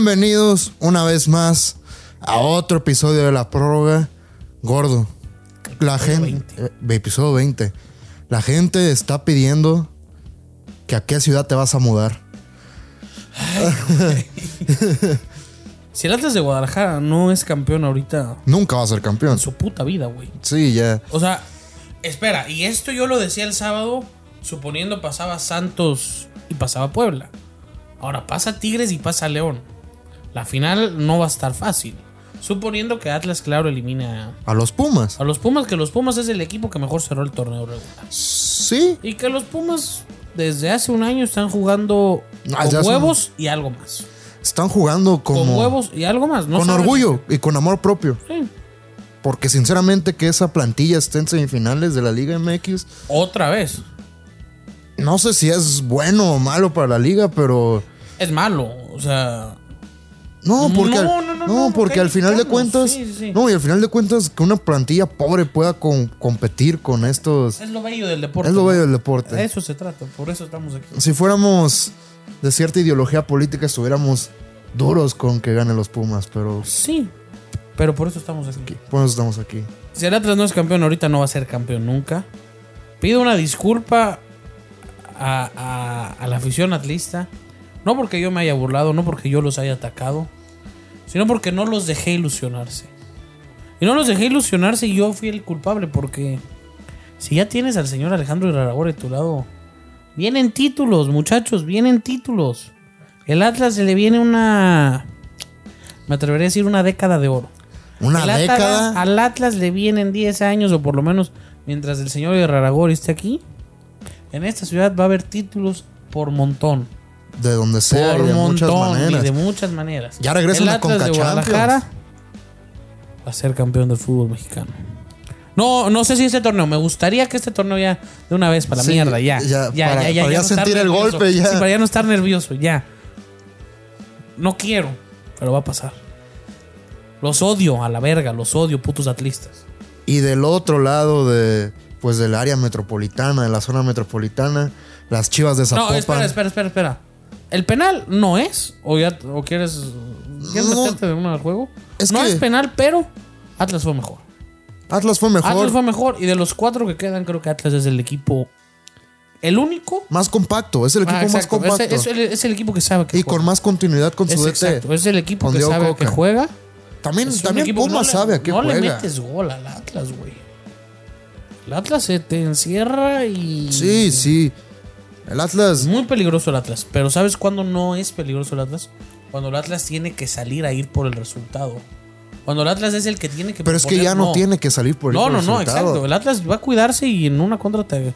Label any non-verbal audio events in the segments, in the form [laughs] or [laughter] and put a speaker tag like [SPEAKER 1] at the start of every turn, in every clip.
[SPEAKER 1] Bienvenidos una vez más a otro episodio de la prórroga gordo. La gente, eh, episodio 20. La gente está pidiendo que a qué ciudad te vas a mudar.
[SPEAKER 2] Si el Atlas de Guadalajara no es campeón ahorita
[SPEAKER 1] Nunca va a ser campeón.
[SPEAKER 2] en su puta vida, güey.
[SPEAKER 1] Sí, ya.
[SPEAKER 2] O sea, espera, y esto yo lo decía el sábado, suponiendo pasaba Santos y pasaba Puebla. Ahora pasa Tigres y pasa León. La final no va a estar fácil. Suponiendo que Atlas, claro, elimina
[SPEAKER 1] A los Pumas.
[SPEAKER 2] a los Pumas, que los Pumas es el equipo que mejor cerró el torneo regular.
[SPEAKER 1] Sí.
[SPEAKER 2] Y que los Pumas desde hace un año están jugando
[SPEAKER 1] Ah, ya
[SPEAKER 2] con
[SPEAKER 1] son-
[SPEAKER 2] huevos y algo más.
[SPEAKER 1] Están jugando como...
[SPEAKER 2] Con huevos y algo más. No
[SPEAKER 1] con
[SPEAKER 2] saben-
[SPEAKER 1] orgullo y con amor propio.
[SPEAKER 2] Sí.
[SPEAKER 1] Porque sinceramente que esa plantilla esté en semifinales de la Liga MX,
[SPEAKER 2] Otra vez.
[SPEAKER 1] no sé si es bueno o malo para la liga, pero...
[SPEAKER 2] es malo. O sea,
[SPEAKER 1] No, porque, al-
[SPEAKER 2] No, no, no, no,
[SPEAKER 1] porque
[SPEAKER 2] ok,
[SPEAKER 1] al final de
[SPEAKER 2] estamos,
[SPEAKER 1] cuentas,
[SPEAKER 2] sí, sí, sí.
[SPEAKER 1] no, y al final de cuentas que una plantilla pobre pueda con- competir con estos
[SPEAKER 2] es lo bello del deporte.
[SPEAKER 1] es lo
[SPEAKER 2] ¿no?
[SPEAKER 1] bello del
[SPEAKER 2] De
[SPEAKER 1] deporte.
[SPEAKER 2] eso se trata, por eso estamos aquí.
[SPEAKER 1] Si fuéramos de cierta ideología política estuviéramos duros con que ganen los Pumas, pero
[SPEAKER 2] Sí, pero por eso estamos aquí.
[SPEAKER 1] por eso estamos aquí.
[SPEAKER 2] Si el Atlas no es campeón ahorita, no va a ser campeón nunca. Pido una disculpa a, a- a la afición atlista. No porque yo me haya burlado, no porque yo los haya atacado, sino porque no los dejé ilusionarse. Y no los dejé ilusionarse y yo fui el culpable porque si ya tienes al señor Alejandro Iraragorri a tu lado, vienen títulos, muchachos, vienen títulos. El Atlas se le viene una, me atrevería a decir una década de oro.
[SPEAKER 1] Una
[SPEAKER 2] El Atlas-
[SPEAKER 1] década
[SPEAKER 2] al Atlas le vienen 10 años, o por lo menos mientras el señor Iraragorri esté aquí. En esta ciudad va a haber títulos por montón.
[SPEAKER 1] de donde sea
[SPEAKER 2] por
[SPEAKER 1] y de muchas
[SPEAKER 2] montón.
[SPEAKER 1] maneras.
[SPEAKER 2] Y de muchas maneras.
[SPEAKER 1] Ya regresa
[SPEAKER 2] el
[SPEAKER 1] una
[SPEAKER 2] Atlas de
[SPEAKER 1] Conca Champions.
[SPEAKER 2] Guadalajara va a ser campeón del fútbol mexicano. No, no sé si este torneo. Me gustaría que este torneo ya de una vez para la
[SPEAKER 1] Sí,
[SPEAKER 2] mierda, ya. Ya,
[SPEAKER 1] ya, para- para ya
[SPEAKER 2] no estar
[SPEAKER 1] sentir el
[SPEAKER 2] nervioso.
[SPEAKER 1] golpe, ya.
[SPEAKER 2] Sí, para ya no estar nervioso, ya. No quiero, pero va a pasar. Los odio a la verga, los odio, putos atlistas.
[SPEAKER 1] Y del otro lado de pues del área metropolitana, de la zona metropolitana, las Chivas de Zapopan.
[SPEAKER 2] No, espera, espera, espera, espera. ¿El penal no es? ¿O, ya, o quieres, quieres
[SPEAKER 1] No.
[SPEAKER 2] meterte de uno al juego?
[SPEAKER 1] Es
[SPEAKER 2] no
[SPEAKER 1] que-
[SPEAKER 2] es penal, pero Atlas fue mejor.
[SPEAKER 1] Atlas fue mejor,
[SPEAKER 2] Atlas fue mejor. Y de los cuatro que quedan, creo que Atlas es el equipo. El único.
[SPEAKER 1] más compacto, es el equipo
[SPEAKER 2] Ah,
[SPEAKER 1] más
[SPEAKER 2] exacto.
[SPEAKER 1] compacto.
[SPEAKER 2] Es, es el, es el equipo que sabe que
[SPEAKER 1] Y
[SPEAKER 2] juega.
[SPEAKER 1] con más continuidad con
[SPEAKER 2] es,
[SPEAKER 1] su DT.
[SPEAKER 2] exacto, es el equipo
[SPEAKER 1] con
[SPEAKER 2] que
[SPEAKER 1] Diego
[SPEAKER 2] sabe
[SPEAKER 1] Coca.
[SPEAKER 2] que juega.
[SPEAKER 1] También,
[SPEAKER 2] Es un
[SPEAKER 1] también
[SPEAKER 2] equipo-
[SPEAKER 1] Puma
[SPEAKER 2] no le-
[SPEAKER 1] sabe a qué
[SPEAKER 2] No le
[SPEAKER 1] juega.
[SPEAKER 2] metes gol al Atlas, güey. El Atlas se te encierra y.
[SPEAKER 1] Sí, sí. El
[SPEAKER 2] Es
[SPEAKER 1] Atlas.
[SPEAKER 2] muy peligroso el Atlas. Pero ¿sabes cuándo no es peligroso el Atlas? Cuando el Atlas tiene que salir a ir por el resultado. Cuando el Atlas es el que tiene que.
[SPEAKER 1] Pero es que
[SPEAKER 2] proponer,
[SPEAKER 1] ya no, tiene que salir por el
[SPEAKER 2] No, no, no,
[SPEAKER 1] resultado.
[SPEAKER 2] exacto. El Atlas va a cuidarse y en una contra te,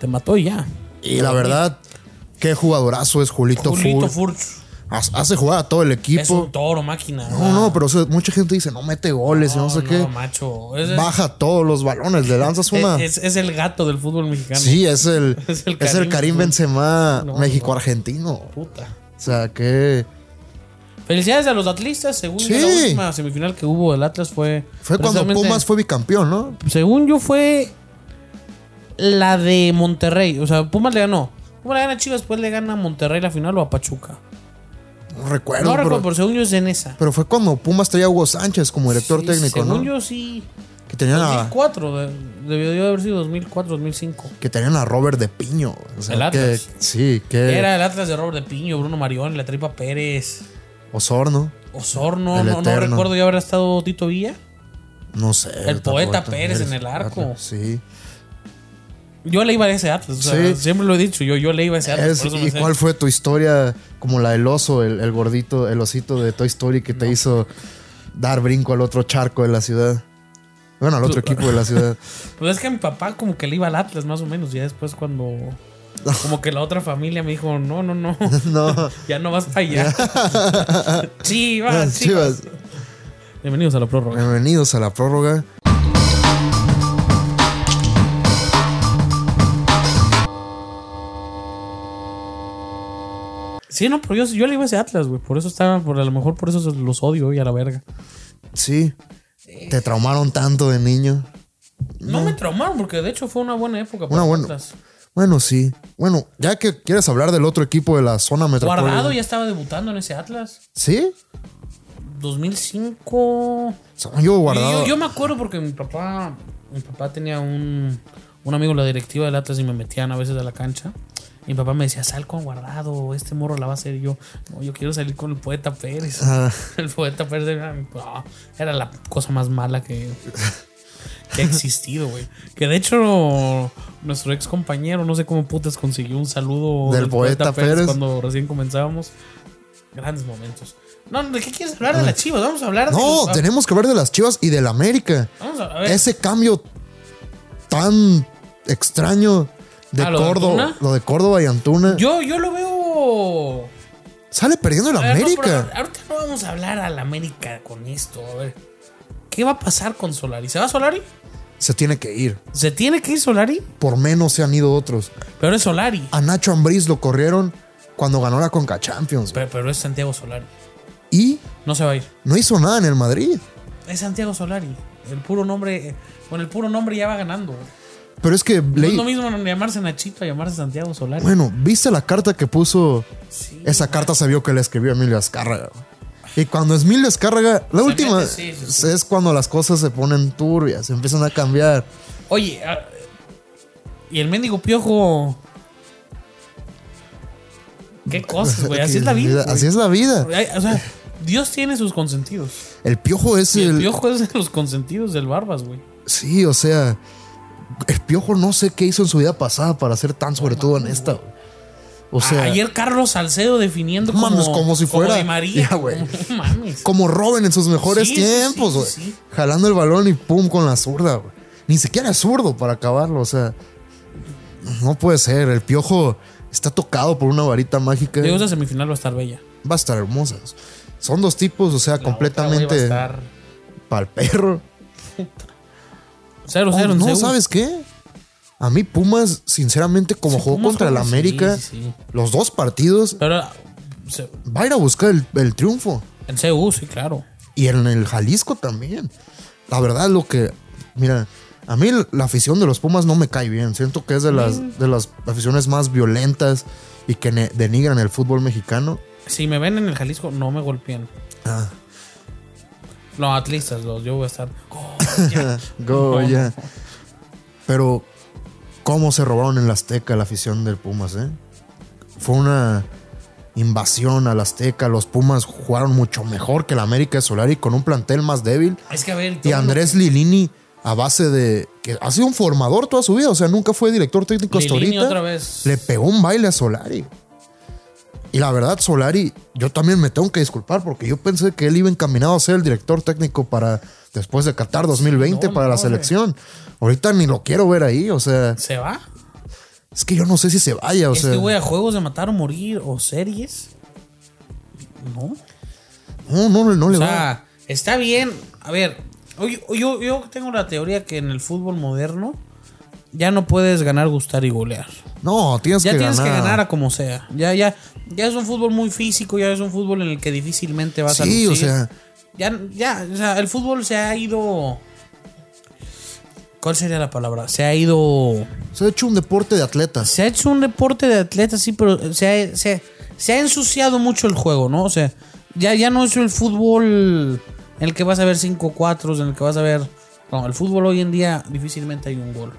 [SPEAKER 2] te mató y ya.
[SPEAKER 1] Y la verdad, qué jugadorazo es Julito,
[SPEAKER 2] Julito
[SPEAKER 1] Fur.
[SPEAKER 2] Furch
[SPEAKER 1] Hace hace jugar a todo el
[SPEAKER 2] es un
[SPEAKER 1] equipo.
[SPEAKER 2] toro, máquina. Ah,
[SPEAKER 1] No, no, pero o sea, mucha gente dice, no mete goles, no,
[SPEAKER 2] No,
[SPEAKER 1] sé
[SPEAKER 2] no,
[SPEAKER 1] qué.
[SPEAKER 2] macho. Es,
[SPEAKER 1] Baja todos los balones, le lanzas
[SPEAKER 2] es-
[SPEAKER 1] una.
[SPEAKER 2] es- es el gato del fútbol mexicano.
[SPEAKER 1] sí, es el,
[SPEAKER 2] [laughs] Es el
[SPEAKER 1] es el
[SPEAKER 2] Karim
[SPEAKER 1] Karim
[SPEAKER 2] Fur-
[SPEAKER 1] Benzema
[SPEAKER 2] No,
[SPEAKER 1] México-Argentino. O
[SPEAKER 2] Puta.
[SPEAKER 1] sea, que
[SPEAKER 2] Felicidades a los atlistas. Según yo,
[SPEAKER 1] Sí.
[SPEAKER 2] la última semifinal que hubo del Atlas fue.
[SPEAKER 1] fue cuando
[SPEAKER 2] precisamente-
[SPEAKER 1] Pumas fue bicampeón, ¿no?
[SPEAKER 2] Según yo, fue la de Monterrey. O sea, Pumas le ganó. Pumas le gana a Chivas, después le gana a Monterrey la final o a Pachuca.
[SPEAKER 1] Ah, No recuerdo,
[SPEAKER 2] no
[SPEAKER 1] pero-
[SPEAKER 2] recuerdo, pero según yo es en esa.
[SPEAKER 1] Pero fue cuando Pumas traía a Hugo Sánchez como director
[SPEAKER 2] Sí,
[SPEAKER 1] técnico,
[SPEAKER 2] según
[SPEAKER 1] ¿no? Ah.
[SPEAKER 2] yo, sí.
[SPEAKER 1] Que tenían a,
[SPEAKER 2] 2004, de- debió de haber sido 2004, 2005.
[SPEAKER 1] que tenían a Robert de Piño. O sea,
[SPEAKER 2] El
[SPEAKER 1] que,
[SPEAKER 2] Atlas.
[SPEAKER 1] sí, que
[SPEAKER 2] Era el Atlas de Robert de Piño, Bruno Marión, La Tripa Pérez,
[SPEAKER 1] Osorno,
[SPEAKER 2] Osorno,
[SPEAKER 1] El
[SPEAKER 2] no, no
[SPEAKER 1] Eterno.
[SPEAKER 2] recuerdo ya habrá estado Tito Villa.
[SPEAKER 1] no sé.
[SPEAKER 2] El poeta
[SPEAKER 1] tampoco
[SPEAKER 2] Pérez en el
[SPEAKER 1] Atlas,
[SPEAKER 2] arco.
[SPEAKER 1] Sí.
[SPEAKER 2] Yo le iba a ese Atlas, o sea,
[SPEAKER 1] Sí.
[SPEAKER 2] siempre lo he dicho, yo, yo le iba a ese Atlas.
[SPEAKER 1] Es-
[SPEAKER 2] por eso me
[SPEAKER 1] ¿Y
[SPEAKER 2] sé.
[SPEAKER 1] cuál fue tu historia como la del oso, el, el gordito, el osito de Toy Story que te hizo dar brinco al otro charco de la ciudad? Bueno, al otro equipo de la
[SPEAKER 2] [laughs]
[SPEAKER 1] ciudad. [laughs]
[SPEAKER 2] Pues es que mi papá como que le iba al Atlas más o menos, ya después cuando... Como que la otra familia me dijo, no, no, [laughs] no,
[SPEAKER 1] No.
[SPEAKER 2] ya no vas
[SPEAKER 1] [laughs]
[SPEAKER 2] para allá. chivas, chivas.
[SPEAKER 1] Ah, Chivas,
[SPEAKER 2] Bienvenidos a la prórroga.
[SPEAKER 1] bienvenidos a la prórroga.
[SPEAKER 2] Sí, no, pero yo, yo le iba a ese Atlas, güey. Por eso estaba, por, a lo mejor por eso los odio hoy a la verga.
[SPEAKER 1] Sí. Te traumaron tanto de niño.
[SPEAKER 2] No, me traumaron porque de hecho fue una buena época
[SPEAKER 1] Una
[SPEAKER 2] el
[SPEAKER 1] buena-
[SPEAKER 2] Atlas.
[SPEAKER 1] Bueno, sí. Bueno, ya que quieres hablar del otro equipo de la zona metropolitana.
[SPEAKER 2] Guardado ya estaba debutando en ese Atlas.
[SPEAKER 1] ¿Sí?
[SPEAKER 2] 2005.
[SPEAKER 1] Según yo, guardado.
[SPEAKER 2] Yo, yo me acuerdo porque mi papá, mi papá tenía un, un amigo en la directiva del Atlas y me metían a veces a la cancha. Mi papá me decía, sal con guardado, este morro la va a hacer Y yo. No, yo quiero salir con el poeta Pérez.
[SPEAKER 1] Ah.
[SPEAKER 2] [laughs] El poeta Pérez era, mi- ah, era la cosa más mala que, que ha existido, güey. Que de hecho, nuestro ex compañero, no sé cómo putas, consiguió un saludo
[SPEAKER 1] Del Poeta Pérez.
[SPEAKER 2] cuando recién comenzábamos. Grandes momentos. No, ¿de qué quieres hablar de las chivas? Vamos a hablar de.
[SPEAKER 1] No,
[SPEAKER 2] los-
[SPEAKER 1] tenemos que hablar de las Chivas y del América.
[SPEAKER 2] Vamos a, a ver.
[SPEAKER 1] Ese cambio tan extraño de
[SPEAKER 2] Ah, ¿lo de
[SPEAKER 1] Córdoba,
[SPEAKER 2] Antuna?
[SPEAKER 1] lo de Córdoba y Antuna.
[SPEAKER 2] Yo, yo lo veo.
[SPEAKER 1] Sale perdiendo el
[SPEAKER 2] A ver, no, pero
[SPEAKER 1] América.
[SPEAKER 2] ahor- ahorita no vamos a hablar al América con esto. A ver. ¿Qué va a pasar con Solari? ¿Se va Solari?
[SPEAKER 1] Se tiene que ir.
[SPEAKER 2] ¿Se tiene que ir Solari?
[SPEAKER 1] Por menos se han ido otros.
[SPEAKER 2] Pero es Solari.
[SPEAKER 1] A Nacho Ambriz lo corrieron cuando ganó la Conca Champions. güey.
[SPEAKER 2] Pero, pero es Santiago Solari.
[SPEAKER 1] Y
[SPEAKER 2] No se va a ir.
[SPEAKER 1] no hizo nada en el Madrid.
[SPEAKER 2] Es Santiago Solari. El puro nombre. Con el puro nombre ya va ganando. güey.
[SPEAKER 1] Pero es que
[SPEAKER 2] No
[SPEAKER 1] Blake-
[SPEAKER 2] es lo mismo llamarse Nachito a llamarse Santiago Solari.
[SPEAKER 1] Bueno, ¿viste la carta que puso?
[SPEAKER 2] Sí.
[SPEAKER 1] Esa carta se vio que le escribió Emilio Azcárraga. güey. Y cuando Emilio Azcárraga, la última
[SPEAKER 2] mete, sí, sí, sí.
[SPEAKER 1] es cuando las cosas se ponen turbias, se empiezan a cambiar.
[SPEAKER 2] Oye, ah, y el mendigo piojo. Qué cosas, Pues, güey. Así es la vida.
[SPEAKER 1] Así es la vida.
[SPEAKER 2] güey. Ay, O sea, Dios tiene sus consentidos.
[SPEAKER 1] El piojo es
[SPEAKER 2] Y
[SPEAKER 1] el,
[SPEAKER 2] el piojo es de los consentidos del Barbas, güey.
[SPEAKER 1] Sí, o sea, el piojo no sé qué hizo en su vida pasada para ser tan sobretudo en esta. güey. O sea,
[SPEAKER 2] A- Ayer Carlos Salcedo definiendo
[SPEAKER 1] No
[SPEAKER 2] como,
[SPEAKER 1] mames, como si fuera-
[SPEAKER 2] Di María.
[SPEAKER 1] Ya, güey.
[SPEAKER 2] [laughs]
[SPEAKER 1] Eh,
[SPEAKER 2] No mames.
[SPEAKER 1] como Robin en sus mejores
[SPEAKER 2] Sí, sí,
[SPEAKER 1] tiempos,
[SPEAKER 2] sí,
[SPEAKER 1] güey.
[SPEAKER 2] sí, sí.
[SPEAKER 1] Jalando el balón y pum con la zurda, güey. Ni siquiera es zurdo para acabarlo, o sea. No puede ser, el piojo está tocado por una varita mágica.
[SPEAKER 2] Digo, esa semifinal va a estar bella.
[SPEAKER 1] Va a estar hermosa. Son dos tipos, o sea,
[SPEAKER 2] La
[SPEAKER 1] completamente
[SPEAKER 2] otra, güey, va a estar
[SPEAKER 1] para el perro.
[SPEAKER 2] Cero,
[SPEAKER 1] Oh,
[SPEAKER 2] cero, en
[SPEAKER 1] no,
[SPEAKER 2] Seúl.
[SPEAKER 1] ¿sabes qué? A mí Pumas, sinceramente, como
[SPEAKER 2] Sí,
[SPEAKER 1] jugó
[SPEAKER 2] Pumas
[SPEAKER 1] contra el
[SPEAKER 2] juega- sí,
[SPEAKER 1] América,
[SPEAKER 2] sí, sí.
[SPEAKER 1] los dos partidos,
[SPEAKER 2] Pero ah, se-
[SPEAKER 1] va a ir a buscar el, el triunfo.
[SPEAKER 2] en CU, sí, claro.
[SPEAKER 1] Y en el Jalisco también. La verdad, lo que. Mira, a mí la afición de los Pumas no me cae bien. Siento que es de las, de las aficiones más violentas y que ne- denigran el fútbol mexicano.
[SPEAKER 2] Si me ven en el Jalisco, no me golpeen.
[SPEAKER 1] Ah,
[SPEAKER 2] No, atlistas, los yo voy a estar. [laughs] Oh, ya.
[SPEAKER 1] go,
[SPEAKER 2] No,
[SPEAKER 1] ya. Pero, ¿cómo se robaron en la Azteca la afición del Pumas, eh? Fue una invasión a la Azteca. Los Pumas jugaron mucho mejor que el América de Solari con un plantel más débil.
[SPEAKER 2] Es que a
[SPEAKER 1] [laughs]
[SPEAKER 2] ver.
[SPEAKER 1] Y
[SPEAKER 2] todo
[SPEAKER 1] Andrés Lilini, a base de. que ha sido un formador toda su vida, o sea, nunca fue director técnico hasta
[SPEAKER 2] Lilini
[SPEAKER 1] ahorita.
[SPEAKER 2] otra vez.
[SPEAKER 1] Le pegó un baile a Solari. Y la verdad, Solari, yo también me tengo que disculpar porque yo pensé que él iba encaminado a ser el director técnico para después de Qatar 2020
[SPEAKER 2] No,
[SPEAKER 1] para
[SPEAKER 2] no,
[SPEAKER 1] la
[SPEAKER 2] güey.
[SPEAKER 1] selección. Ahorita ni lo quiero ver ahí, o sea,
[SPEAKER 2] ¿Se va?
[SPEAKER 1] es que yo no sé si se vaya, o sea,
[SPEAKER 2] este güey a juegos de matar o morir o series. No.
[SPEAKER 1] no, no, no le
[SPEAKER 2] O
[SPEAKER 1] va.
[SPEAKER 2] sea, está bien. A ver, oye, yo, yo tengo la teoría que en el fútbol moderno ya no puedes ganar, gustar y golear.
[SPEAKER 1] No, tienes
[SPEAKER 2] Ya
[SPEAKER 1] que
[SPEAKER 2] tienes
[SPEAKER 1] ganar.
[SPEAKER 2] que ganar a como sea. Ya, ya, ya es un fútbol muy físico, ya es un fútbol en el que difícilmente vas a
[SPEAKER 1] Sí, o
[SPEAKER 2] lucir.
[SPEAKER 1] sea.
[SPEAKER 2] Ya, ya, o sea, el fútbol se ha ido. ¿Cuál sería la palabra? Se ha ido.
[SPEAKER 1] Se ha hecho un deporte de atletas.
[SPEAKER 2] Se ha hecho un deporte de atletas, sí, pero se ha, se, se ha ensuciado mucho el juego, ¿no? O sea, ya, ya no es el fútbol en el que vas a ver 5-4, en el que vas a ver. No, el fútbol hoy en día difícilmente hay un gol.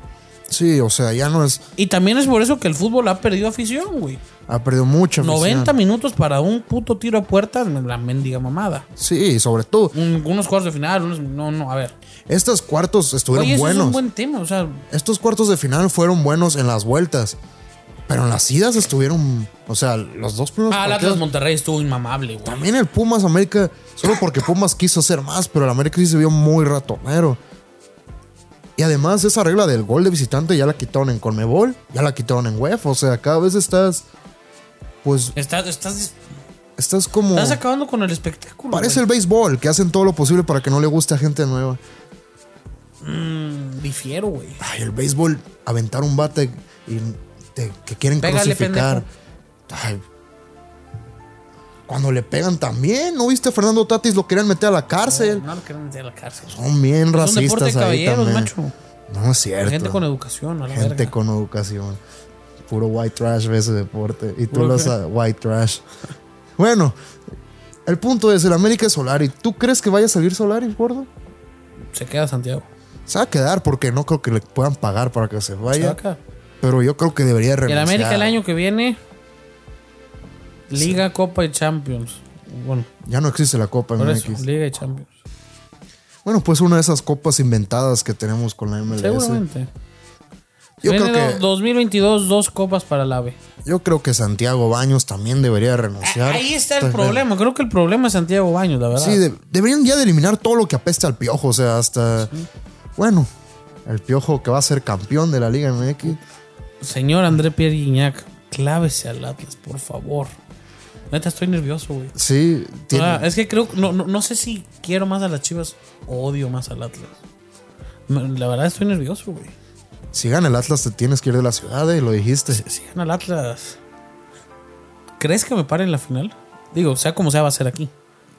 [SPEAKER 1] Sí, o sea, ya no es.
[SPEAKER 2] Y también es por eso que el fútbol ha perdido afición, güey.
[SPEAKER 1] Ha perdido mucha afición.
[SPEAKER 2] 90 minutos para un puto tiro a puerta, la mendiga mamada.
[SPEAKER 1] Sí, sobre todo.
[SPEAKER 2] Un- unos cuartos de final, unos- no, no, a ver.
[SPEAKER 1] Estos cuartos estuvieron
[SPEAKER 2] Oye, eso es
[SPEAKER 1] buenos.
[SPEAKER 2] un buen tema, o sea,
[SPEAKER 1] Estos cuartos de final fueron buenos en las vueltas. Pero en las idas estuvieron. O sea, los dos primeros
[SPEAKER 2] ah, el
[SPEAKER 1] partidos-
[SPEAKER 2] Atlas Monterrey estuvo inmamable, güey.
[SPEAKER 1] También el Pumas América. Solo porque Pumas quiso hacer más, pero el América sí se vio muy ratonero. Y además, esa regla del gol de visitante ya la quitaron en Conmebol, ya la quitaron en UEFA. O sea, cada vez estás. Pues
[SPEAKER 2] Estás, estás,
[SPEAKER 1] estás como.
[SPEAKER 2] estás acabando con el espectáculo.
[SPEAKER 1] Parece el béisbol, que hacen todo lo posible para que no le guste a gente nueva.
[SPEAKER 2] güey. Mm, difiero, güey.
[SPEAKER 1] Ay, el béisbol, aventar un bate y te- que quieren
[SPEAKER 2] Pégale,
[SPEAKER 1] crucificar. Ay. Cuando le pegan también, ¿no viste a Fernando Tatis? Lo querían meter a la cárcel.
[SPEAKER 2] No lo quieren meter a la cárcel.
[SPEAKER 1] Son bien
[SPEAKER 2] Es un deporte
[SPEAKER 1] racistas
[SPEAKER 2] de
[SPEAKER 1] ahí
[SPEAKER 2] caballeros,
[SPEAKER 1] también.
[SPEAKER 2] macho.
[SPEAKER 1] No es cierto.
[SPEAKER 2] Gente con educación, a la
[SPEAKER 1] Gente
[SPEAKER 2] verga.
[SPEAKER 1] con educación. Puro white trash ve ese deporte. Y tú
[SPEAKER 2] ¿Puro
[SPEAKER 1] lo
[SPEAKER 2] qué?
[SPEAKER 1] sabes, white trash. [laughs] Bueno, el punto es, el América es Solari. ¿Tú crees que vaya a salir Solari, gordo?
[SPEAKER 2] Se queda Santiago.
[SPEAKER 1] Se va a quedar porque no creo que le puedan pagar para que se
[SPEAKER 2] Se va
[SPEAKER 1] vaya.
[SPEAKER 2] a quedar.
[SPEAKER 1] Pero yo creo que debería
[SPEAKER 2] Y el
[SPEAKER 1] renunciar.
[SPEAKER 2] América el año que viene. Liga, Copa y Champions. Bueno,
[SPEAKER 1] Ya no existe la Copa
[SPEAKER 2] por
[SPEAKER 1] MX.
[SPEAKER 2] eso, Liga y Champions.
[SPEAKER 1] Bueno, pues una de esas copas inventadas que tenemos con la MLS.
[SPEAKER 2] Seguramente.
[SPEAKER 1] Yo
[SPEAKER 2] Viene
[SPEAKER 1] creo, que,
[SPEAKER 2] do- 2022, dos copas para el AVE.
[SPEAKER 1] yo creo que Santiago Baños también debería renunciar.
[SPEAKER 2] Eh, Ahí está el problema. Creo que el problema es Santiago Baños, la verdad.
[SPEAKER 1] Sí, de- deberían ya de eliminar todo lo que apesta al piojo. O sea, hasta. Bueno, el piojo que va a ser campeón de la Liga MX.
[SPEAKER 2] Señor André Pierre Guignac, clávese al Atlas, por favor. Neta, estoy nervioso, güey.
[SPEAKER 1] Sí, tiene-
[SPEAKER 2] Ah, es que creo, no, no, no sé si quiero más a las Chivas o odio más al Atlas. Me- La verdad estoy nervioso, güey.
[SPEAKER 1] si gana el Atlas, te tienes que ir de la ciudad, y lo dijiste.
[SPEAKER 2] Si gana el Atlas, ¿crees que me pare en la final? Digo, sea como sea, va a ser aquí.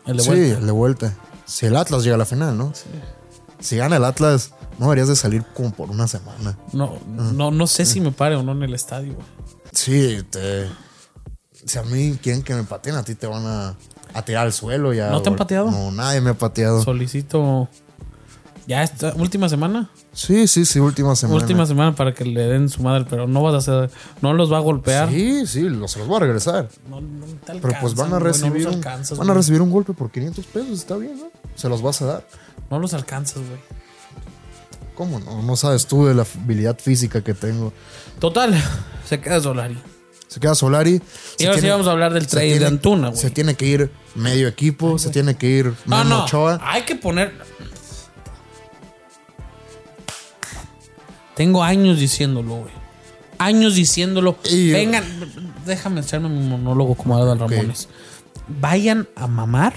[SPEAKER 2] El de
[SPEAKER 1] sí,
[SPEAKER 2] vuelta.
[SPEAKER 1] el de vuelta. Si el Atlas llega a la final, ¿no? Si gana el Atlas, no deberías de salir como por una semana.
[SPEAKER 2] No, no, no sé si me pare o no en el estadio, güey.
[SPEAKER 1] Sí, te. Si a mí quieren que me pateen, a ti te van a, a tirar al suelo ya.
[SPEAKER 2] ¿No te han
[SPEAKER 1] o-
[SPEAKER 2] pateado?
[SPEAKER 1] No, nadie me ha pateado.
[SPEAKER 2] Solicito. Ya esta última semana.
[SPEAKER 1] Sí, sí, sí, última semana.
[SPEAKER 2] Última semana para que le den su madre, pero no vas a hacer. No los va a golpear.
[SPEAKER 1] Sí, sí, los, los voy a regresar.
[SPEAKER 2] No, no te
[SPEAKER 1] Pero pues van a
[SPEAKER 2] alcanzan,
[SPEAKER 1] recibir,
[SPEAKER 2] güey, No los
[SPEAKER 1] un,
[SPEAKER 2] alcanzas.
[SPEAKER 1] van a
[SPEAKER 2] güey.
[SPEAKER 1] recibir un golpe por 500 pesos, está bien, ¿no? Se los vas a dar.
[SPEAKER 2] No los alcanzas, güey.
[SPEAKER 1] ¿Cómo no? No sabes tú de la habilidad física que tengo.
[SPEAKER 2] Total, [laughs] se queda Solari.
[SPEAKER 1] Se queda Solari.
[SPEAKER 2] Y ahora sí vamos a hablar del trade de Antuna,
[SPEAKER 1] Se
[SPEAKER 2] güey.
[SPEAKER 1] tiene que ir medio equipo, se tiene que ir
[SPEAKER 2] No,
[SPEAKER 1] Memo
[SPEAKER 2] no.
[SPEAKER 1] Ochoa.
[SPEAKER 2] Hay que poner. Tengo años diciéndolo, güey. Años diciéndolo.
[SPEAKER 1] Y- eh,
[SPEAKER 2] Vengan, déjame echarme mi monólogo como Adal Ramones. Vayan a mamar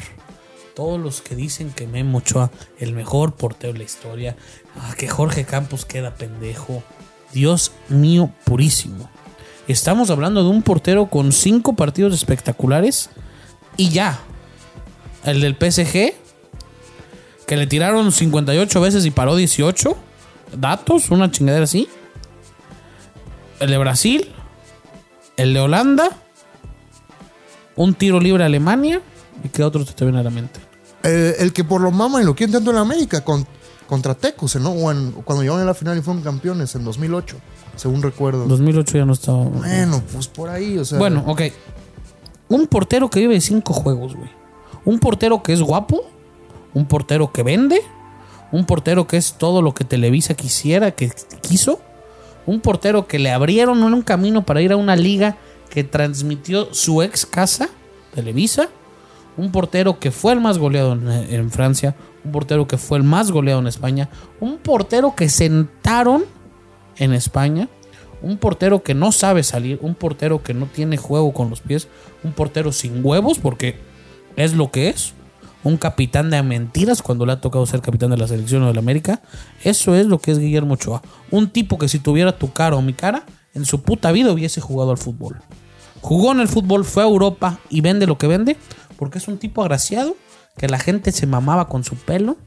[SPEAKER 2] todos los que dicen que Memo Ochoa, el mejor portero de la historia, ah, que Jorge Campos queda pendejo. Dios mío, purísimo. Estamos hablando de un portero con cinco partidos espectaculares y ya. El del PSG, que le tiraron 58 veces y paró 18. Datos, una chingadera así. El de Brasil. El de Holanda. Un tiro libre a Alemania. ¿Y qué otro se te viene a la mente?
[SPEAKER 1] Eh, El, el que por lo mama y lo quieren tanto en la América con, contra Tecos, ¿no? O en- cuando llegaron a la final y fueron campeones en 2008, según recuerdo.
[SPEAKER 2] 2008 ya no estaba.
[SPEAKER 1] Bueno, pues por ahí, o sea.
[SPEAKER 2] Bueno, ok. Un portero que vive de cinco juegos, güey. Un portero que es guapo. Un portero que vende. Un portero que es todo lo que Televisa quisiera, que quiso. Un portero que le abrieron un camino para ir a una liga que transmitió su ex casa, Televisa. Un portero que fue el más goleado en, en Francia. Un portero que fue el más goleado en España. Un portero que sentaron en España. Un portero que no sabe salir, un portero que no tiene juego con los pies, un portero sin huevos porque es lo que es. Un capitán de mentiras cuando le ha tocado ser capitán de la selección o de la América. Eso es lo que es Guillermo Ochoa. Un tipo que si tuviera tu cara o mi cara, en su puta vida hubiese jugado al fútbol. Jugó en el fútbol, fue a Europa y vende lo que vende porque es un tipo agraciado que la gente se mamaba con su pelo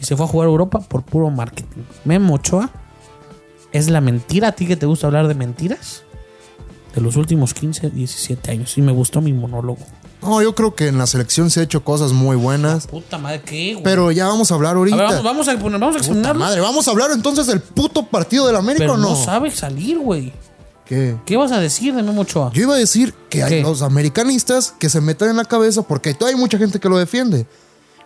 [SPEAKER 2] y se fue a jugar a Europa por puro marketing. Memo Ochoa es la mentira. A ti que te gusta hablar de mentiras de los últimos 15, 17 años. Y me gustó mi monólogo.
[SPEAKER 1] No, yo creo que en la selección se ha hecho cosas muy buenas.
[SPEAKER 2] Puta madre, ¿qué, güey?
[SPEAKER 1] Pero ya vamos a hablar
[SPEAKER 2] A
[SPEAKER 1] ahorita.
[SPEAKER 2] ver, vamos, vamos a poner, vamos
[SPEAKER 1] Puta
[SPEAKER 2] a examinarlo.
[SPEAKER 1] madre, vamos a hablar entonces del puto partido del América
[SPEAKER 2] Pero
[SPEAKER 1] o
[SPEAKER 2] no,
[SPEAKER 1] no.
[SPEAKER 2] sabes salir, güey.
[SPEAKER 1] ¿Qué?
[SPEAKER 2] ¿Qué vas a decir de Memo Ochoa?
[SPEAKER 1] Yo iba a decir que hay
[SPEAKER 2] ¿Qué?
[SPEAKER 1] los americanistas que se metan en la cabeza porque todavía hay mucha gente que lo defiende.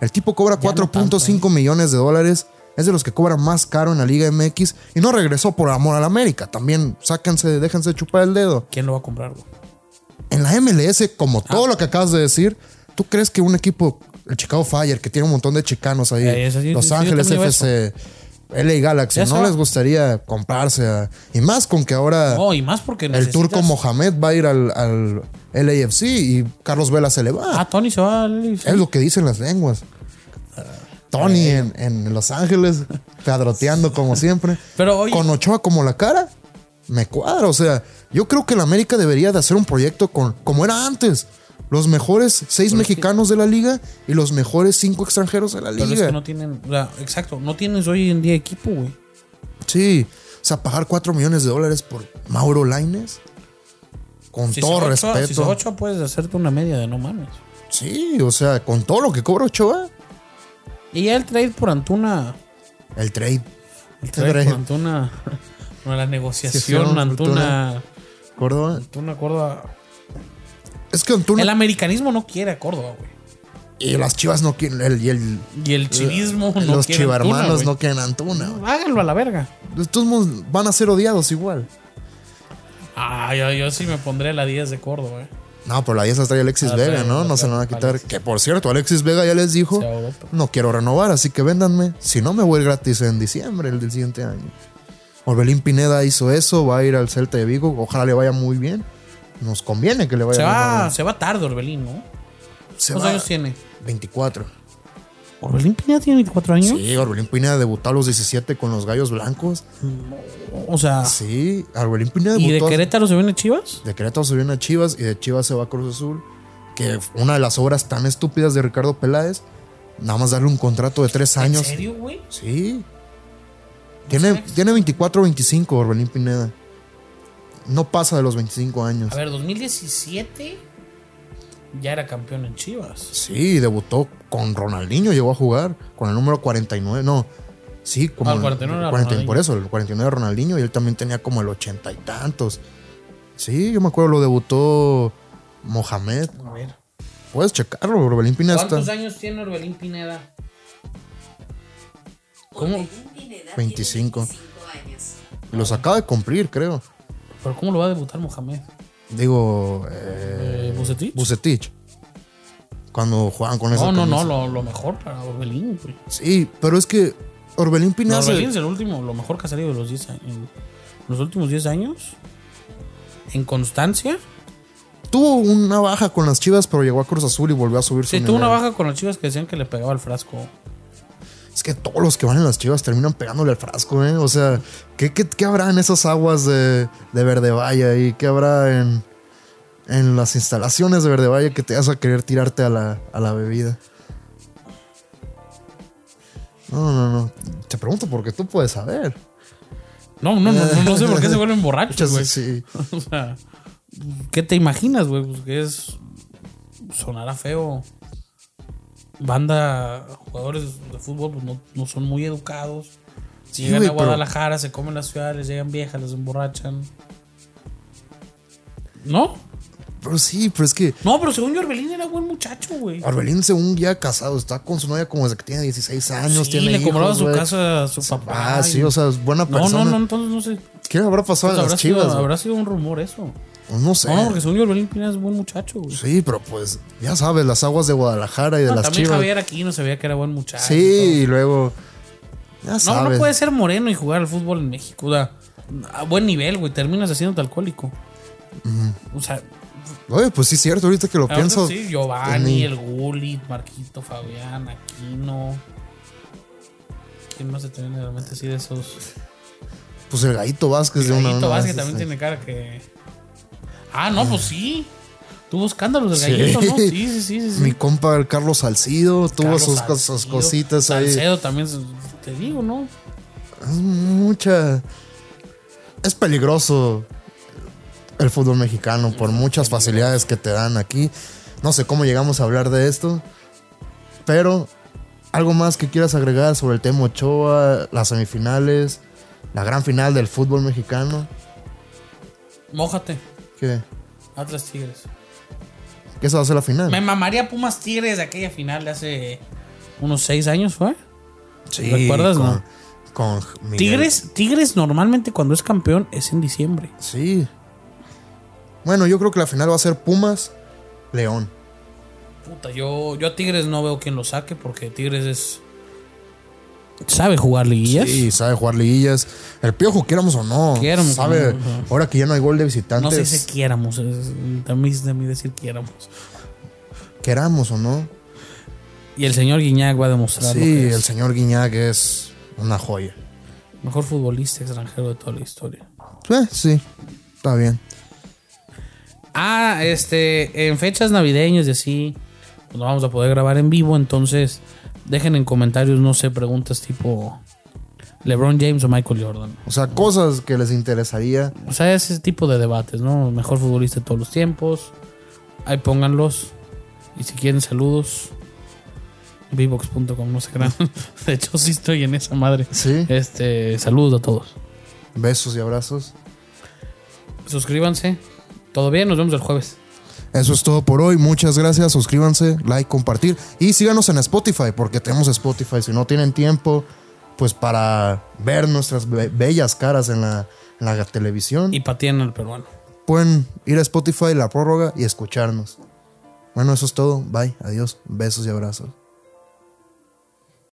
[SPEAKER 1] El tipo cobra
[SPEAKER 2] Ya no ¿eh?
[SPEAKER 1] 4.5 millones de dólares. Es de los que cobra más caro en la Liga MX y no regresó por amor al América. También sáquense, déjense chupar el dedo.
[SPEAKER 2] ¿Quién lo va a comprar, güey?
[SPEAKER 1] Ah. En la MLS,
[SPEAKER 2] Ah.
[SPEAKER 1] como todo lo que acabas de decir, ¿tú crees que un equipo, el Chicago Fire, que tiene un montón de chicanos ahí,
[SPEAKER 2] Eh, eso sí,
[SPEAKER 1] Los
[SPEAKER 2] sí, yo
[SPEAKER 1] Ángeles
[SPEAKER 2] también iba a
[SPEAKER 1] FC, LA Galaxy,
[SPEAKER 2] Ya
[SPEAKER 1] no
[SPEAKER 2] se va.
[SPEAKER 1] les gustaría comprarse? a- y más con que ahora
[SPEAKER 2] No, y más porque
[SPEAKER 1] el
[SPEAKER 2] necesitas-
[SPEAKER 1] turco Mohamed va a ir al, al LAFC y Carlos Vela se le va.
[SPEAKER 2] Ah, Tony se va al-
[SPEAKER 1] es lo que dicen las lenguas. Tony
[SPEAKER 2] Eh.
[SPEAKER 1] en, en Los Ángeles, padroteando como siempre.
[SPEAKER 2] [laughs] Pero oye-
[SPEAKER 1] Con Ochoa como la cara, me cuadra. O sea, yo creo que la América debería de hacer un proyecto con, como era antes. Los mejores seis mexicanos de la liga y los mejores cinco extranjeros de la
[SPEAKER 2] Pero
[SPEAKER 1] liga.
[SPEAKER 2] es que no tienen... o sea, exacto, no tienes hoy en día equipo, güey.
[SPEAKER 1] Sí. O sea, pagar 4 millones de dólares por Mauro Laines. Con
[SPEAKER 2] Si
[SPEAKER 1] todo
[SPEAKER 2] Ochoa- Si
[SPEAKER 1] respeto.
[SPEAKER 2] Ochoa puedes hacerte una media de no mames.
[SPEAKER 1] sí, o sea, con todo lo que cobra Ochoa.
[SPEAKER 2] Y ya el trade por Antuna.
[SPEAKER 1] El trade.
[SPEAKER 2] El trade por Antuna. [laughs] No, la
[SPEAKER 1] Si fueron
[SPEAKER 2] negociación,
[SPEAKER 1] por
[SPEAKER 2] Antuna.
[SPEAKER 1] Córdoba.
[SPEAKER 2] Antuna, Córdoba.
[SPEAKER 1] Es que Antuna
[SPEAKER 2] El americanismo no quiere a Córdoba, güey.
[SPEAKER 1] y las chivas no quieren. El, y el,
[SPEAKER 2] Y el chivismo no
[SPEAKER 1] Eh, los
[SPEAKER 2] quiere a Antuna,
[SPEAKER 1] chivarmanos
[SPEAKER 2] güey.
[SPEAKER 1] no quieren a Antuna. güey.
[SPEAKER 2] Háganlo a la verga.
[SPEAKER 1] De todos modos van a ser odiados igual.
[SPEAKER 2] Ah, yo, yo sí me pondré la 10 de Córdoba, eh.
[SPEAKER 1] No, pero la 10 las trae Alexis
[SPEAKER 2] La trae,
[SPEAKER 1] Vega, ¿no?
[SPEAKER 2] la
[SPEAKER 1] No se
[SPEAKER 2] trae
[SPEAKER 1] la van a quitar.
[SPEAKER 2] Alexis.
[SPEAKER 1] Que por cierto, Alexis Vega ya les dijo:
[SPEAKER 2] Se ahogó, pero-
[SPEAKER 1] No quiero renovar, así que véndanme. Si no, me voy gratis en diciembre el del siguiente año. Orbelín Pineda hizo eso, va a ir al Celta de Vigo. Ojalá le vaya muy bien. Nos conviene que le vaya
[SPEAKER 2] Se va,
[SPEAKER 1] bien.
[SPEAKER 2] se va tarde Orbelín, ¿no?
[SPEAKER 1] Se
[SPEAKER 2] ¿Cuántos
[SPEAKER 1] va
[SPEAKER 2] años tiene?
[SPEAKER 1] 24.
[SPEAKER 2] ¿Orbelín Pineda tiene 24 años?
[SPEAKER 1] Sí, Orbelín Pineda debutó a los 17 con los Gallos Blancos.
[SPEAKER 2] O sea,
[SPEAKER 1] Sí, Orbelín Pineda
[SPEAKER 2] Ah. ¿y de
[SPEAKER 1] debutó.
[SPEAKER 2] Querétaro se viene Chivas?
[SPEAKER 1] de Querétaro se viene a Chivas y de Chivas se va a Cruz Azul. Que una de las obras tan estúpidas de Ricardo Peláez, nada más darle un contrato de tres años.
[SPEAKER 2] ¿En serio, güey?
[SPEAKER 1] Sí. Tiene, tiene 24 25, Orbelín Pineda. No pasa de los 25 años.
[SPEAKER 2] A ver, 2017 ya era campeón en Chivas.
[SPEAKER 1] Sí, debutó con Ronaldinho, llegó a jugar con el número 49. No, sí, como
[SPEAKER 2] Ah, el
[SPEAKER 1] el
[SPEAKER 2] 49 era
[SPEAKER 1] 40,
[SPEAKER 2] Ronaldinho.
[SPEAKER 1] Por eso, el 49 Ronaldinho y él también tenía como el ochenta y tantos. Sí, yo me acuerdo, lo debutó Mohamed.
[SPEAKER 2] A ver.
[SPEAKER 1] Puedes checarlo, Orbelín Pineda está
[SPEAKER 2] ¿Cuántos años tiene Orbelín Pineda? ¿Cómo?
[SPEAKER 3] Orbelín Pineda tiene
[SPEAKER 1] 25.
[SPEAKER 3] 25 años.
[SPEAKER 1] Los acaba de cumplir, creo.
[SPEAKER 2] ¿Pero cómo lo va a debutar Mohamed?
[SPEAKER 1] Digo, eh,
[SPEAKER 2] Eh, ¿Bucetich?
[SPEAKER 1] Bucetich. Cuando juegan con esa
[SPEAKER 2] No, no, no,
[SPEAKER 1] camisa.
[SPEAKER 2] lo, lo mejor para Orbelín, güey.
[SPEAKER 1] Sí, pero es que Orbelín Pineda.
[SPEAKER 2] No,
[SPEAKER 1] se-
[SPEAKER 2] Orbelín es el último, lo mejor que ha salido de los 10 años. en Los últimos 10 años. En constancia.
[SPEAKER 1] Tuvo una baja con las chivas, pero llegó a Cruz Azul y volvió a subir su
[SPEAKER 2] Sí, tuvo
[SPEAKER 1] nivel.
[SPEAKER 2] una baja con los chivas que decían que le pegaba al frasco.
[SPEAKER 1] Es que todos los que van en las chivas terminan pegándole al frasco, ¿eh? O sea, ¿qué, qué- qué habrá en esas aguas de, de Verde Valle y qué habrá en, en las instalaciones de Verde Valle que te vas a querer tirarte a la, a la bebida? No, no, no. Te pregunto porque tú puedes
[SPEAKER 2] [laughs]
[SPEAKER 1] saber.
[SPEAKER 2] No, no, no, no, no sé por qué se [laughs] vuelven
[SPEAKER 1] Muchas
[SPEAKER 2] borrachos, güey.
[SPEAKER 1] sí.
[SPEAKER 2] O sea, ¿qué te imaginas, güey? Pues que es. Sonará feo. Banda, jugadores de fútbol, pues no, no son muy educados.
[SPEAKER 1] Sí,
[SPEAKER 2] llegan
[SPEAKER 1] güey,
[SPEAKER 2] a
[SPEAKER 1] pero-
[SPEAKER 2] Guadalajara, se comen las ciudades, llegan viejas, las emborrachan. ¿No?
[SPEAKER 1] Pero sí, pero es que
[SPEAKER 2] No, pero según yo, Orbelín era buen muchacho, güey.
[SPEAKER 1] Orbelín, según ya casado, está con su novia como desde que tiene 16 años.
[SPEAKER 2] Sí,
[SPEAKER 1] tiene
[SPEAKER 2] le compraba
[SPEAKER 1] hijos,
[SPEAKER 2] su
[SPEAKER 1] güey.
[SPEAKER 2] casa a su papá.
[SPEAKER 1] Ah, sí, o sea, es buena
[SPEAKER 2] No,
[SPEAKER 1] persona.
[SPEAKER 2] no, no, entonces no sé.
[SPEAKER 1] ¿Qué habrá pasado
[SPEAKER 2] Pues
[SPEAKER 1] en
[SPEAKER 2] habrá,
[SPEAKER 1] las chivas?
[SPEAKER 2] sido,
[SPEAKER 1] güey?
[SPEAKER 2] habrá sido un rumor eso.
[SPEAKER 1] Pues no sé.
[SPEAKER 2] No, porque según yo, Orbelín Pineda es buen muchacho, güey.
[SPEAKER 1] Sí, pero pues, ya sabes, las aguas de Guadalajara y de
[SPEAKER 2] No,
[SPEAKER 1] las
[SPEAKER 2] Ah, también
[SPEAKER 1] chivas.
[SPEAKER 2] Javier Aquino se veía que era buen muchacho.
[SPEAKER 1] sí, y luego. Ya
[SPEAKER 2] y todo. No,
[SPEAKER 1] sabes.
[SPEAKER 2] no puede ser moreno y jugar al fútbol en México. o sea, a buen nivel, güey. Terminas haciéndote alcohólico. O sea,
[SPEAKER 1] Oye, pues sí, es cierto, ahorita que lo
[SPEAKER 2] ahora
[SPEAKER 1] pienso.
[SPEAKER 2] sí, Giovanni,
[SPEAKER 1] Ni-
[SPEAKER 2] el Gullit, Marquito, Fabián, Aquino. ¿Quién más se te viene realmente así de esos?
[SPEAKER 1] Pues el Gallito Vázquez de una.
[SPEAKER 2] Gallito
[SPEAKER 1] una vez,
[SPEAKER 2] Vázquez también
[SPEAKER 1] este.
[SPEAKER 2] tiene cara que. Ah, no, pues sí. Tuvo escándalos del
[SPEAKER 1] Sí.
[SPEAKER 2] gallito, ¿no? Sí, sí, sí. sí, sí.
[SPEAKER 1] Mi compa el Carlos Salcido tuvo
[SPEAKER 2] Carlos
[SPEAKER 1] sus, cos- sus
[SPEAKER 2] Salcido,
[SPEAKER 1] cositas ahí.
[SPEAKER 2] Salcedo también, te digo, ¿no?
[SPEAKER 1] Es mucha. Es peligroso el fútbol mexicano por muchas facilidades que te dan aquí. No sé cómo llegamos a hablar de esto, pero algo más que quieras agregar sobre el tema Ochoa, las semifinales, la gran final del fútbol mexicano.
[SPEAKER 2] Mójate.
[SPEAKER 1] ¿Qué?
[SPEAKER 2] Atlas Tigres.
[SPEAKER 1] ¿Qué esa va a ser la
[SPEAKER 2] Me
[SPEAKER 1] final?
[SPEAKER 2] mamaría Pumas Tigres de aquella final de hace unos seis años, ¿fue?
[SPEAKER 1] Sí,
[SPEAKER 2] ¿Recuerdas,
[SPEAKER 1] con,
[SPEAKER 2] no?
[SPEAKER 1] Con Miguel.
[SPEAKER 2] Tigres, Tigres normalmente cuando es campeón es en diciembre.
[SPEAKER 1] Sí. Bueno, yo creo que la final va a ser Pumas, León.
[SPEAKER 2] Puta, yo, yo a Tigres no veo quien lo saque porque Tigres es. Sabe jugar liguillas.
[SPEAKER 1] Sí, sabe jugar liguillas. El piojo, quieramos o no.
[SPEAKER 2] Quieramos o
[SPEAKER 1] sabe,
[SPEAKER 2] no, ajá.
[SPEAKER 1] ahora que ya no hay gol de visitantes,
[SPEAKER 2] no sé si quiéramos. es- También es de mí decir quiéramos.
[SPEAKER 1] queramos o no.
[SPEAKER 2] Y el señor Guiñac va a demostrar
[SPEAKER 1] Sí,
[SPEAKER 2] lo que es.
[SPEAKER 1] el señor Guiñac es una joya.
[SPEAKER 2] Mejor futbolista extranjero de toda la historia.
[SPEAKER 1] Eh, sí, está bien.
[SPEAKER 2] Ah, este, en fechas navideñas y así, pues, no vamos a poder grabar en vivo, entonces dejen en comentarios, no sé, preguntas tipo, LeBron James o Michael Jordan.
[SPEAKER 1] O sea, cosas que les interesaría.
[SPEAKER 2] O sea, ese tipo de debates, ¿no? Mejor futbolista de todos los tiempos. Ahí pónganlos. Y si quieren saludos, vivox.com, no se crean. De hecho, sí estoy en esa madre.
[SPEAKER 1] Sí.
[SPEAKER 2] Este, saludos a todos.
[SPEAKER 1] Besos y abrazos.
[SPEAKER 2] Suscríbanse. Todo bien, nos vemos el jueves.
[SPEAKER 1] Eso es todo por hoy. Muchas gracias. Suscríbanse, like, compartir. Y síganos en Spotify, porque tenemos Spotify. Si no tienen tiempo, pues para ver nuestras be- bellas caras en la, en la televisión,
[SPEAKER 2] Y pateen al peruano.
[SPEAKER 1] pueden ir a Spotify, la prórroga y escucharnos. Bueno, eso es todo. Bye. Adiós. Besos y abrazos.